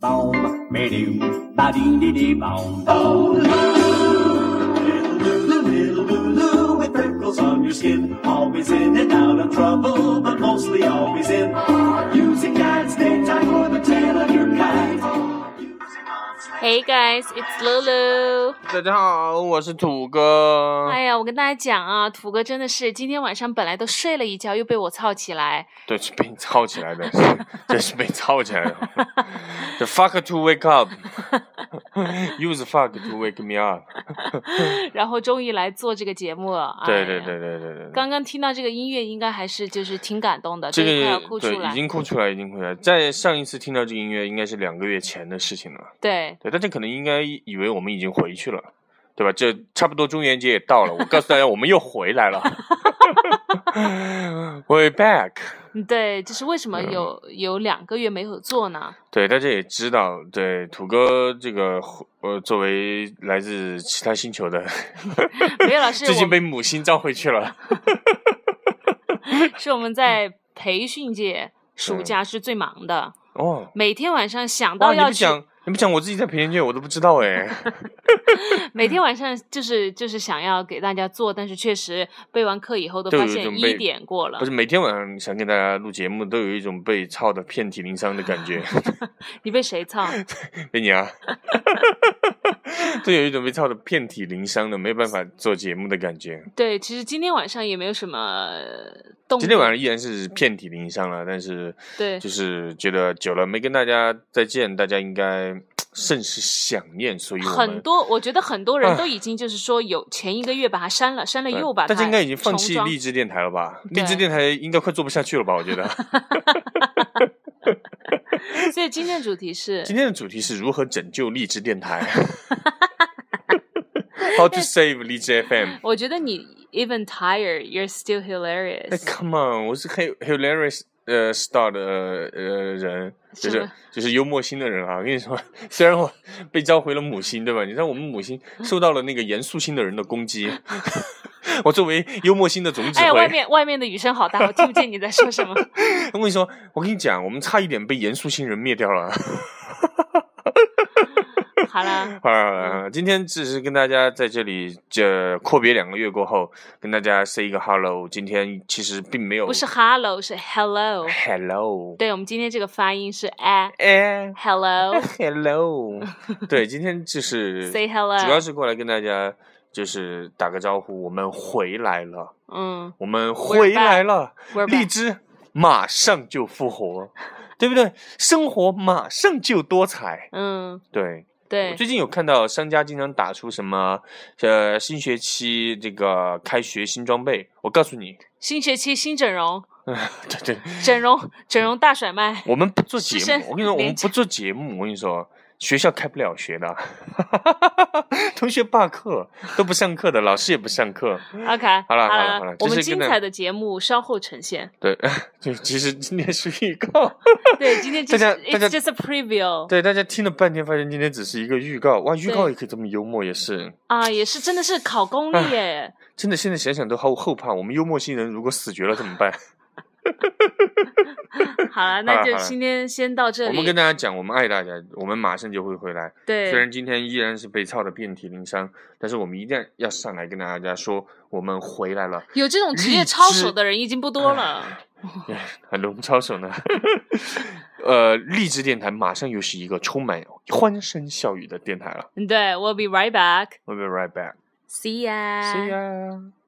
Boom, me doo, ba dee dee dee boom, boom. With freckles on your skin, always in and out of trouble, but mostly always in. Using guides daytime for the tail of your kite. Using on sleigh- Hey guys, it's Lulu。大家好，我是土哥。哎呀，我跟大家讲啊，土哥真的是今天晚上本来都睡了一觉，又被我操起来。 对，是被你操起来的，是这是被操起 来的。The fuck to wake up, use fuck to wake me up 然后终于来做这个节目了。哎对。呀对对对对对对，刚刚听到这个音乐，应该还是就是挺感动的，这都快要个哭出对来。已经哭出来，已经哭出来。在上一次听到这个音乐，应该是两个月前的事情了。对，对，大家可能应该以为我们已经回去了，对吧？这差不多中元节也到了，我告诉大家，我们又回来 了。We're back。嗯对，就是为什么嗯有、有两个月没有做呢？ 对，大家也知道，对土哥这个呃，作为来自其他星球的，没有老师， 最我近们被母星召回去了。 是我们在培训界暑嗯假是最忙的，哦，每天晚上想哇，到你要不去，讲，你不讲，我自己在培训界我都不知道哎。每嗯天晚上就是就是想要给大家做，但是确实备完课以后都都发有一现种一被点过了不。是每天晚上想跟大家录节目，都有一种被操的遍体鳞伤的感觉。 你被谁操？ 被你啊， 都有一种被操的遍体鳞伤的，没办法做节目的感觉。对，其实今天晚上也没有什么动作。今天晚上依然是遍体鳞伤了，但是对就是觉得久了没跟大家再见，大家应该甚是想念，所以我们很多，我觉得很多人哎都已经就是说有前一个月把它删了，删了呃又把它大重装。家应该已经放弃励志电台了吧？对励志电台应该快做不下去了吧？我 觉得所以今天的主题是今天的主题是如何拯救励志电 台 ，How to save 励志 FM。我觉得你 even tired, you're still hilarious。哎 Come on，我是 hi- hilarious 呃 star 的呃呃人，就是是吗就是幽默星的人啊。我跟你说，虽然我被召回了母星，对吧？你知道我们母星嗯受到了那个严肃星的人的攻击， 我作为幽默星的总指哎，挥，外面外面的雨声好大，我听不见你在说 什么。我跟你说，我跟你讲，我们差一点被严肃星人灭掉了。 好啦，好了好了好了，今天只是跟大家在这里这阔别两个月过后，跟大家 say 一个 hello。今天其实并没有不是 hello，是 hello。 hello，对，我们今天这个发音是 a 哎 hello。 hello，对，今天就是 Say hello 主要是过来跟大家就是打个招呼，我们回来了，嗯我们回来了 We're back. We're，back. 荔枝马上就复活，对不对？生活马上就多彩，嗯，对。我对最近有看到商家经常打出什么，呃，新学期这个开学新装备，我告诉你， 新学期新整容，对对，整 容整容大甩卖。我们不做师节生目，我跟你说，我连们假不做节目，我跟你说，学校开不了学的， 同学罢课都不上课的，老师也不上课， OK，好了好好了好了我这们是精跟大彩的节目稍后呈 现。对，就其实今天是预告， 对，今天就大是家大 it's 家 just a preview 对，大家听了半天，发现今天只是一个预告，哇，预对告也可以这么幽默，也是。啊，也是真的是考功力耶。真的，现在想想都好后怕。我们幽默星人如果死绝了怎么办？好了，好那了就好了今天先到这我里。们跟大家讲，我们爱大家，我们马上就会回来。对，虽然今天依然是被操的遍体鳞伤，但是我们一定要上来跟大家说，我们回来了。有这种职业荔操守枝的人已经不多了。 龙抄手呢？呃，励志电台马上又是一个充满欢声笑语的电台了。对，We'll be right back. We'll be right back. See ya. See ya.